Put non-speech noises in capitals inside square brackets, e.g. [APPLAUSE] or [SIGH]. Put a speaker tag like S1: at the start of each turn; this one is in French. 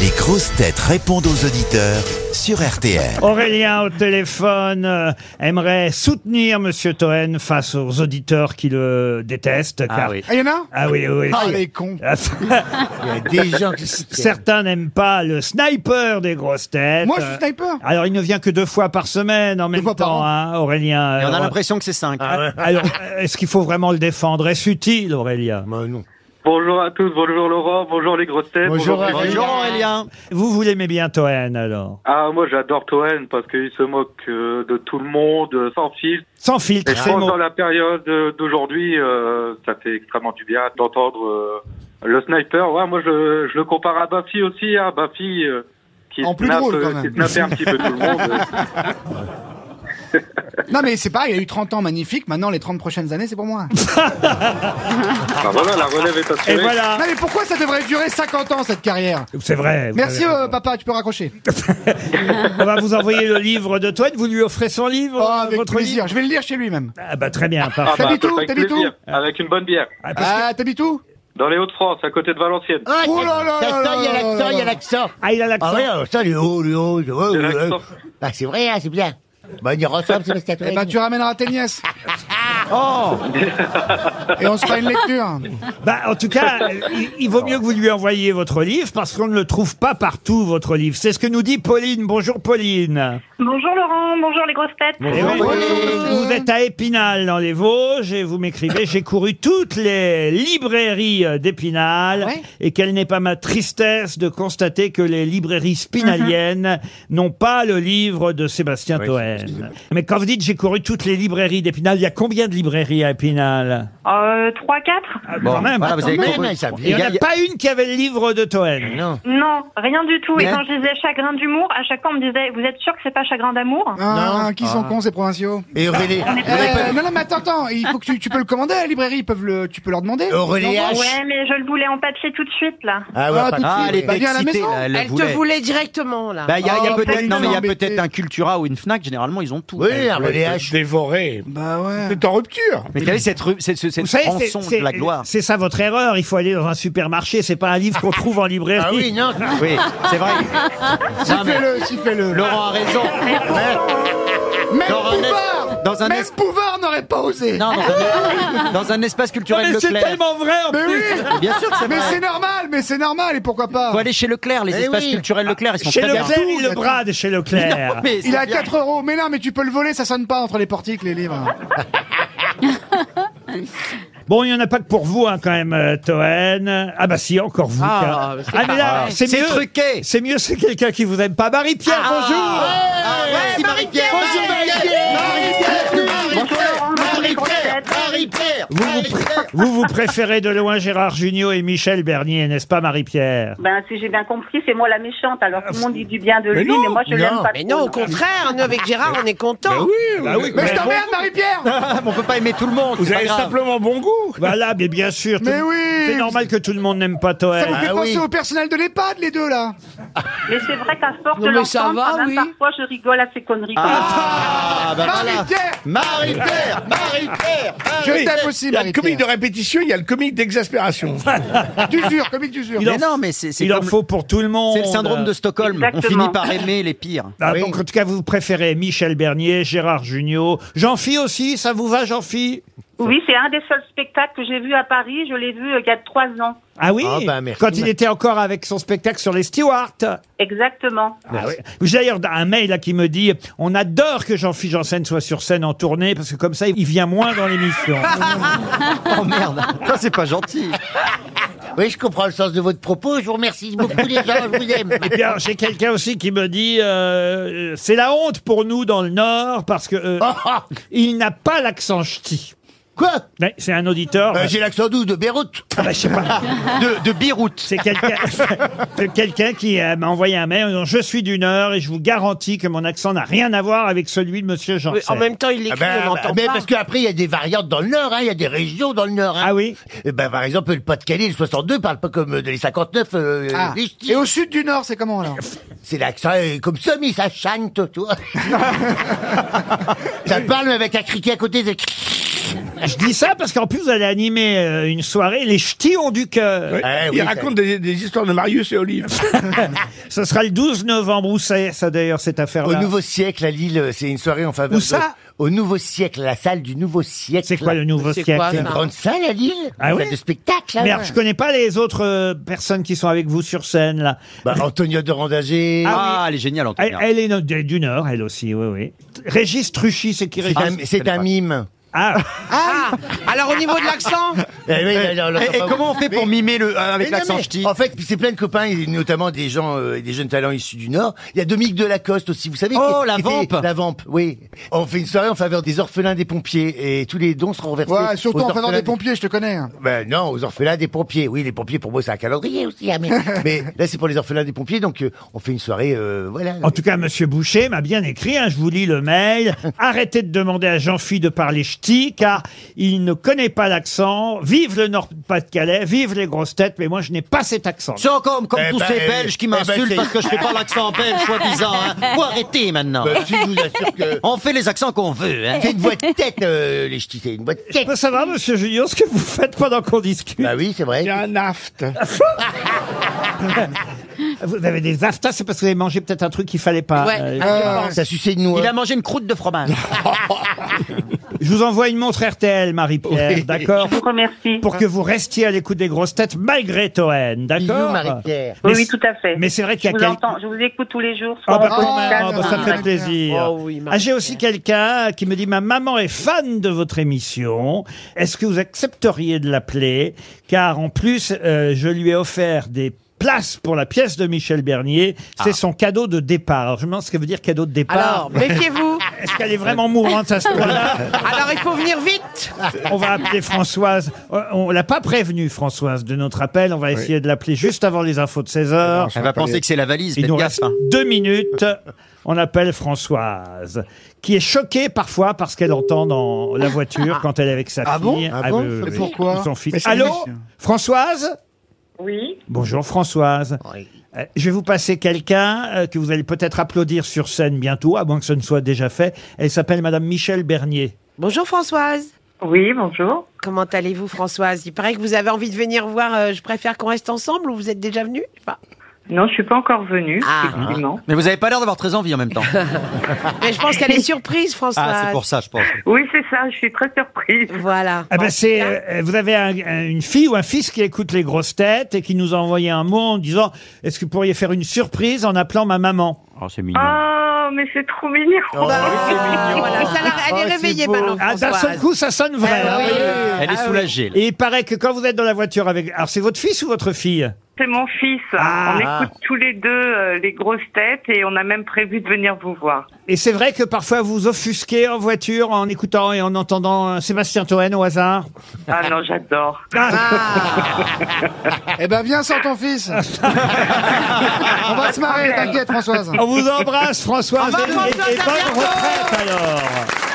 S1: Les grosses têtes répondent aux auditeurs sur RTL.
S2: Aurélien au téléphone euh, aimerait soutenir Monsieur Toen face aux auditeurs qui le détestent. car-
S3: oui.
S4: Ah, y en a
S2: Ah oui, oui.
S4: Ah, les cons.
S3: Il y a des gens qui s'y tiennent.
S2: [LAUGHS] Certains n'aiment pas le sniper des grosses têtes. Euh,
S4: Moi, je suis sniper.
S2: Alors, il ne vient que deux fois par semaine en même
S4: fois par
S2: temps,
S4: an.
S2: hein, Aurélien.
S5: Et on a
S2: Alors, euh,
S5: l'impression Ah que c'est 5.
S3: Ah.
S2: alors, est-ce qu'il faut vraiment le défendre Est-ce utile, Aurélien
S3: Bah, non.
S6: Bonjour à tous, bonjour Laurent, bonjour les grosses têtes.
S4: Bonjour,
S6: Philippe.
S4: Aurélien.
S5: Bonjour
S3: Ah.
S5: Aurélien.
S2: Vous, vous l'aimez bien, Toen, alors
S6: Ah, moi j'adore Toen parce qu'il se moque euh, de tout le monde, euh, sans filtre.
S2: Sans
S6: Et
S2: filtre,
S6: je
S2: c'est
S6: pense
S2: mot.
S6: dans la période euh, d'aujourd'hui, euh, ça fait extrêmement du bien d'entendre euh, le sniper. Ouais, moi je, je le compare à Bafi aussi, hein, Bafi euh, qui,
S4: En plus
S6: snappe,
S4: drôle, quand
S6: euh, qui
S4: même.
S6: snappait un petit peu tout
S4: [LAUGHS]
S6: le monde. Euh,
S4: Non, mais c'est pareil, il a eu 30 ans magnifique. Maintenant, les 30 prochaines années, c'est pour moi.
S6: Enfin, voilà, la relève est assurée.
S2: Et voilà,
S4: Non, mais pourquoi ça devrait durer 50 ans, cette carrière
S2: c'est vrai. vous
S4: Merci,
S2: avez raison.
S4: euh, papa, tu peux raccrocher.
S2: On va vous envoyer le livre de Toen. Vous lui offrez son livre
S4: Oh, avec
S2: votre livre
S4: plaisir. Je vais le lire chez lui, même.
S2: Ah bah très bien,
S6: Ah
S2: parfait.
S6: bah,
S4: T'habites où
S6: avec
S4: T'habites où
S6: plaisir, avec une bonne bière.
S2: Ah, parce que-
S4: Ah, t'habites où
S6: Dans les Hauts-de-France, à côté de Valenciennes.
S3: Ah,
S4: Oh là là
S3: t'as-
S4: là
S3: t'as- il y a
S4: là
S3: l'accent,
S4: là
S3: il y a
S4: là.
S3: l'accent.
S2: ah, il a l'accent.
S3: Ah ouais, alors ça, le haut, le haut, le haut,
S4: euh,
S6: C'est
S3: le haut.
S6: l'accent.
S3: Bah, c'est vrai, hein, c'est bien. Bah, il y ressemble, c'est parce qu'il y a toi
S4: Eh
S3: et
S4: ben,
S3: nous.
S4: tu ramèneras tes nièces.
S3: Oh
S4: Et on se fera une lecture.
S2: Bah, en tout cas, il, il vaut mieux que vous lui envoyiez votre livre parce qu'on ne le trouve pas partout, votre livre. C'est ce que nous dit Pauline. Bonjour Pauline.
S7: Bonjour Laurent, bonjour les grosses têtes.
S2: Eh oui, Vous êtes à Épinal dans les Vosges et vous m'écrivez, j'ai couru toutes les librairies euh, d'Épinal
S4: Ouais.
S2: et quelle n'est pas ma tristesse de constater que les librairies spinaliennes n'ont pas le livre de Sébastien Toen. Mais quand vous dites j'ai couru toutes les librairies d'Épinal, il y a combien de librairies à Épinal
S7: Euh, 3-4
S2: Ah,
S5: Bon,
S2: Quand même.
S5: voilà, vous avez
S3: Même,
S5: compris.
S3: hein, ça-
S2: Et il n'y en a pas une qui avait le livre de Toen.
S3: Ah, Non.
S7: Non, rien du tout. Et
S3: Mais-
S7: quand je disais chagrin d'humour, à chaque fois on me disait Vous êtes sûr que c'est pas chagrin d'amour
S4: Ah, qui sont
S3: Ah.
S4: cons, ces provinciaux
S3: Et Aurélien, vous avez
S4: Euh,
S3: pas-
S4: Non, non, mais attends, attends. Il faut que tu, tu peux le commander à la librairie. Ils peuvent le, tu peux leur demander.
S3: Aurélien H.
S7: Ouais, mais je le voulais en papier tout de suite là.
S3: Ah,
S4: Ah,
S3: ouais,
S4: tout de
S5: Ah,
S3: pas-
S4: suite.
S3: ah,
S5: elle
S3: les
S5: est
S4: Bah, viens à la
S5: excitée.
S4: maison.
S5: là, Elle le
S8: Elle te
S5: voulait.
S8: voulait directement là.
S5: Bah, il y a, il y a
S4: Oh,
S5: peut-être, non, mais il y a
S4: embêté.
S5: peut-être un Cultura ou une Fnac. Généralement, ils ont tout.
S3: Ah, Oui, ah, Aurélien H.
S9: dévoré.
S4: Bah ouais.
S9: C'est en rupture.
S5: Mais t'as vu cette, ru- cette, cette, cette
S2: Vous savez, c'est-
S5: rançon
S2: c'est-
S5: de la gloire.
S2: C'est ça votre erreur. Il faut aller dans un supermarché. C'est pas un livre qu'on trouve en librairie.
S3: Ah oui, non.
S5: Oui, c'est vrai. Non, mais
S4: Fais-le, si fais-le.
S5: Laurent a raison. Hein
S4: Même
S5: dans un es-
S4: Pouvard,
S5: dans un
S4: même
S5: es-
S4: Pouvard n'aurait pas osé.
S5: Non, dans un, dans un espace
S2: Non,
S5: culturel
S2: mais c'est
S5: Leclerc.
S2: tellement vrai. en
S4: Mais
S2: plus.
S4: oui.
S5: Bien sûr que c'est
S4: Mais
S5: vrai.
S4: c'est normal, mais c'est normal et pourquoi pas.
S5: Faut aller chez Leclerc, les
S3: Eh
S5: espaces
S3: oui.
S5: culturels Leclerc, ils sont
S2: Chez
S5: très bien.
S2: Leclerc, il
S4: Tout,
S2: le brade chez Leclerc.
S5: Mais
S4: Il
S5: c'est
S4: est à
S5: bien.
S4: 4 euros. Mais non, mais tu peux le voler, ça sonne pas entre les portiques, les livres.
S9: Ah
S2: Bon, il n'y en a pas que pour vous, hein, quand même, euh, Toen. Ah bah si, encore vous.
S8: Ah,
S2: tiens.
S8: c'est
S2: ah mais là,
S8: pareil.
S2: c'est
S5: C'est
S2: mieux.
S5: truqué.
S2: C'est mieux, c'est quelqu'un qui vous aime pas. Marie-Pierre, bonjour.
S3: Ah, ouais, merci, Marie-Pierre. Bonjour, Marie-Pierre. Marie-Pierre. Marie-Pierre. Marie-Pierre.
S2: Vous vous,
S3: Marie-Pierre.
S2: pr- vous vous préférez de loin Gérard Junior et Michel Bernier, n'est-ce pas, Marie-Pierre
S10: Ben, si j'ai bien compris, c'est moi la méchante. Alors, tout le monde dit du bien de
S9: Mais
S10: lui,
S9: non,
S10: mais moi, je
S9: non.
S10: l'aime pas.
S8: Mais
S10: trop,
S8: non, au contraire, nous avec Gérard, on est
S9: Bah
S8: content.
S9: oui,
S2: Bah oui,
S4: Mais
S2: mais
S4: je
S2: bon.
S4: t'emmerde, Marie-Pierre.
S5: ah, On peut pas aimer tout le monde.
S9: Vous
S5: c'est pas
S9: avez
S5: grave.
S9: simplement bon goût.
S2: Voilà, mais bien sûr. tout-
S4: Mais oui.
S2: C'est normal que tout le monde n'aime pas
S4: Ça vous
S2: Toen. hein.
S4: fait
S3: Ah oui.
S4: penser au personnel de l'EHPAD, les deux là.
S10: Mais c'est vrai qu'à force
S8: Non,
S10: de
S8: mais ça
S10: l'entendre,
S8: va,
S10: quand même,
S8: oui.
S10: parfois, je rigole à ces conneries.
S5: Ah, bah voilà.
S4: Marie-Pierre,
S5: Marie-Pierre, Marie-Pierre.
S4: je
S9: Oui.
S4: t'aime aussi,
S9: Il y a le comique de
S4: Marie-Pierre.
S9: répétition, il y a le comique
S4: [LAUGHS]
S9: d'exaspération.
S4: D'usure, comique d'usure.
S2: Il en-
S5: Mais non, mais c'est c'est
S2: Il en
S5: comme-
S2: faut pour tout le monde.
S5: c'est le syndrome de Stockholm. On
S10: Exactement.
S5: finit par aimer les pires.
S2: Ah, Donc, en tout cas, vous préférez Michel Bernier, Gérard Junior, Jean-Phi aussi, ça vous va, Jean-Phi
S10: Oui, c'est un des seuls spectacles que j'ai vu à Paris. Je l'ai vu euh, il y a trois ans.
S2: Ah oui
S3: Ah, bah, merci.
S2: Quand il était encore avec son spectacle sur les stewards.
S10: Exactement.
S2: Ah oui. J'ai d'ailleurs un mail là qui me dit on adore que Jean-Philippe Janssen soit sur scène en tournée parce que comme ça il vient moins dans l'émission.
S5: Oh merde. [LAUGHS] Ça, c'est pas gentil.
S3: Oui, je comprends le sens de votre propos. Je vous remercie beaucoup, les gens. Je vous aime.
S2: Et Eh bien j'ai quelqu'un aussi qui me dit euh, c'est la honte pour nous dans le Nord parce que euh, il n'a pas l'accent ch'ti.
S3: Quoi
S2: Ouais, C'est un auditeur.
S3: Euh, J'ai l'accent doux de Beyrouth.
S2: Ah bah, je sais pas.
S5: De, de Beyrouth.
S2: C'est quelqu'un [LAUGHS] c'est quelqu'un qui euh, m'a envoyé un mail en disant Je suis du Nord et je vous garantis que mon accent n'a rien à voir avec celui de Monsieur Janssen.
S8: Oui, en même temps, il l'écrit,
S3: Ah ben,
S8: on n'entend
S3: mais
S8: pas.
S3: parce qu'après, il y a des variantes dans le Nord, hein, il y a des régions dans le Nord. hein.
S2: Ah oui
S3: Eh ben, par exemple, le Pas-de-Calais, le 62, parle pas comme euh, les 59. euh,
S4: Ah.
S3: les ch'tis.
S4: Et au sud du Nord, c'est comment alors
S3: C'est l'accent euh, comme ça, mais ça chante, tu vois. ça parle, mais avec un criquet à côté, c'est...
S2: Je dis ça parce qu'en plus, vous allez animer euh, une soirée, les ch'tis ont du cœur.
S9: Oui.
S3: Eh
S9: Il raconte des, des histoires de Marius et Olive.
S2: Ce sera le 12 novembre, où c'est, ça d'ailleurs, cette
S3: Au
S2: affaire-là
S3: Nouveau Siècle, à Lille, euh, c'est une soirée en faveur
S2: Où
S3: de-
S2: ça
S3: Au Nouveau Siècle, la salle du Nouveau Siècle.
S2: C'est quoi le nouveau
S8: C'est
S2: siècle
S8: quoi,
S3: C'est une
S8: ça
S3: grande salle à Lille
S2: Ah
S3: Une
S2: oui
S3: salle de spectacle, hein. là.
S2: Merde, je connais pas les autres euh, personnes qui sont avec vous sur scène, là.
S3: Bah, Antonio de Randager.
S5: Ah, elle est géniale,
S2: Elle,
S5: Antonia.
S2: elle est no- du Nord, elle aussi, oui, oui. Régis Truchy, c'est qui
S3: c'est
S2: Régis
S3: un, c'est
S5: connais
S3: un
S5: pas.
S3: mime.
S2: Ah,
S8: Ah Alors au niveau de l'accent
S3: Eh oui, alors, alors,
S5: Et, et
S3: enfin,
S5: comment on fait pour
S3: mais-
S5: mimer le, euh, avec
S3: Mais non,
S5: l'accent
S3: mais
S5: ch'ti
S3: En fait, c'est plein de copains, et notamment des gens, euh, des jeunes talents issus du Nord. Il y a Dominique Delacoste aussi, vous savez.
S5: Oh, la
S3: était-
S5: vampe
S3: La vampe, oui. On fait une soirée en faveur des orphelins des pompiers et tous les dons seront reversés.
S4: Ouais, surtout
S3: aux
S4: en faveur
S3: orphelins
S4: des pompiers, je te connais. hein.
S3: Ben non, aux orphelins des pompiers. Oui, les pompiers, pour moi, c'est un calendrier
S4: [LAUGHS]
S3: aussi. hein, mais, mais là, c'est pour les orphelins des pompiers, donc euh, on fait une soirée, euh, voilà.
S2: en tout cas, Monsieur Boucher m'a bien écrit, hein, je vous lis le mail.
S3: [LAUGHS]
S2: Arrêtez de demander à Jean-Phi de parler ch'ti, car il ne connaît pas l'accent. Vive le Nord-Pas-de-Calais, vive les grosses têtes, mais moi, je n'ai pas cet accent.
S5: C'est comme, comme
S3: Eh
S5: tous
S3: ben,
S5: ces
S3: eh,
S5: Belges qui
S3: eh ben,
S5: m'insultent
S3: c'est-
S5: parce que je fais pas l'accent belge, soi-disant. Hein. [LAUGHS] Faut arrêter maintenant.
S3: Ben, si, je vous assure que
S5: On fait les accents qu'on veut. Hein.
S3: c'est une voix de tête, euh, les ch'tis, c'est une voix de
S2: Je
S3: tête.
S2: peux savoir, Monsieur Julien, ce que vous faites pendant qu'on discute
S3: Bah oui, c'est vrai.
S9: Il y a un aft.
S2: Vous avez des aftas, c'est parce que vous avez mangé peut-être un truc qu'il fallait pas.
S8: Ouais.
S2: Euh,
S4: Euh,
S3: Ça suçait hein. une noix.
S5: Il a mangé une croûte de fromage.
S2: je vous envoie une montre RTL, Marie-Pierre,
S3: [LAUGHS]
S2: d'accord
S10: Je vous remercie.
S2: Pour que vous restiez à l'écoute des grosses têtes malgré Toen,
S3: Bisous,
S2: d'accord
S3: Marie-Pierre.
S10: Oui,
S2: Mais-
S10: oui, tout à fait.
S2: Mais c'est vrai qu'il y
S10: je
S2: a
S10: vous
S2: quelqu'un...
S10: entends, je vous écoute tous les jours.
S2: Ah
S10: sur
S2: bah,
S10: le
S2: quand
S10: podcast,
S2: même, ah bah, ça
S10: hein.
S2: me fait plaisir.
S8: Oh oui,
S2: Ah, j'ai
S8: Marie-Pierre.
S2: aussi quelqu'un qui me dit ma maman est fan de votre émission. Est-ce que vous accepteriez de l'appeler Car en plus, euh, je lui ai offert des places pour la pièce de Michel Bernier. C'est son cadeau de départ. Alors, je me demande ce que veut dire cadeau de départ.
S8: [LAUGHS] Alors, méfiez-vous
S2: Est-ce qu'elle est vraiment mourante à ce point-là
S8: Alors il faut venir vite
S2: On va appeler Françoise. Euh, On l'a pas prévenue, Françoise, de notre appel. On va essayer de l'appeler juste avant les infos de 16 heures.
S5: Elle va penser que c'est la valise,
S2: Il
S5: mais
S2: nous
S5: gaffe.
S2: reste
S5: hein.
S2: deux minutes. On appelle Françoise, qui est choquée parfois par ce qu'elle entend dans la voiture quand elle est avec sa fille.
S4: Ah bon
S2: oui,
S4: bon
S2: oui,
S4: Mais
S2: oui.
S4: pourquoi
S2: Ou son fils.
S4: Mais c'est
S2: Allô
S4: une-
S2: Françoise
S10: Oui.
S2: Bonjour Françoise. Euh, Je vais vous passer quelqu'un euh, que vous allez peut-être applaudir sur scène bientôt, à moins que ce ne soit déjà fait. Elle s'appelle Madame Michel Bernier.
S8: Bonjour Françoise
S10: Oui, bonjour.
S8: Comment allez-vous Françoise Il paraît que vous avez envie de venir voir euh, Je préfère qu'on reste ensemble ou vous êtes déjà venue Je sais pas.
S10: Non, je suis pas encore venue,
S8: Ah.
S10: effectivement.
S5: Mais vous avez pas l'air d'avoir très envie en même temps.
S8: Mais je pense qu'elle est surprise Françoise.
S5: Ah, c'est pour ça, je pense.
S10: Oui, c'est ça, je suis très surprise.
S8: Voilà.
S2: Ah ben c'est, euh, vous avez un- un- une fille ou un fils qui écoute les grosses têtes et qui nous a envoyé un mot en disant est-ce que vous pourriez faire une surprise en appelant ma maman
S5: Oh, c'est mignon.
S10: Oh, mais c'est trop mignon.
S8: Bah,
S2: Oh,
S8: voilà, ça la- elle est réveillée maintenant
S2: Ah d'un
S8: Françoise.
S2: seul coup ça sonne vrai. hein.
S8: Ah oui.
S5: Elle est soulagée. là.
S2: Et il paraît que quand vous êtes dans la voiture avec... Alors c'est votre fils ou votre fille
S10: C'est mon fils.
S2: Ah.
S10: on écoute tous les deux euh, les grosses têtes et on a même prévu de venir vous voir.
S2: Et c'est vrai que parfois vous offusquez en voiture en écoutant et en entendant euh, Sébastien Toen au hasard
S10: Ah non, j'adore.
S4: Eh ben, viens sans ton fils. On va se marrer, t'inquiète, Françoise.
S2: On vous embrasse Françoise
S8: Au revoir,
S2: et, et- et
S8: Françoise, à
S2: bonne
S8: bientôt.
S2: retraite alors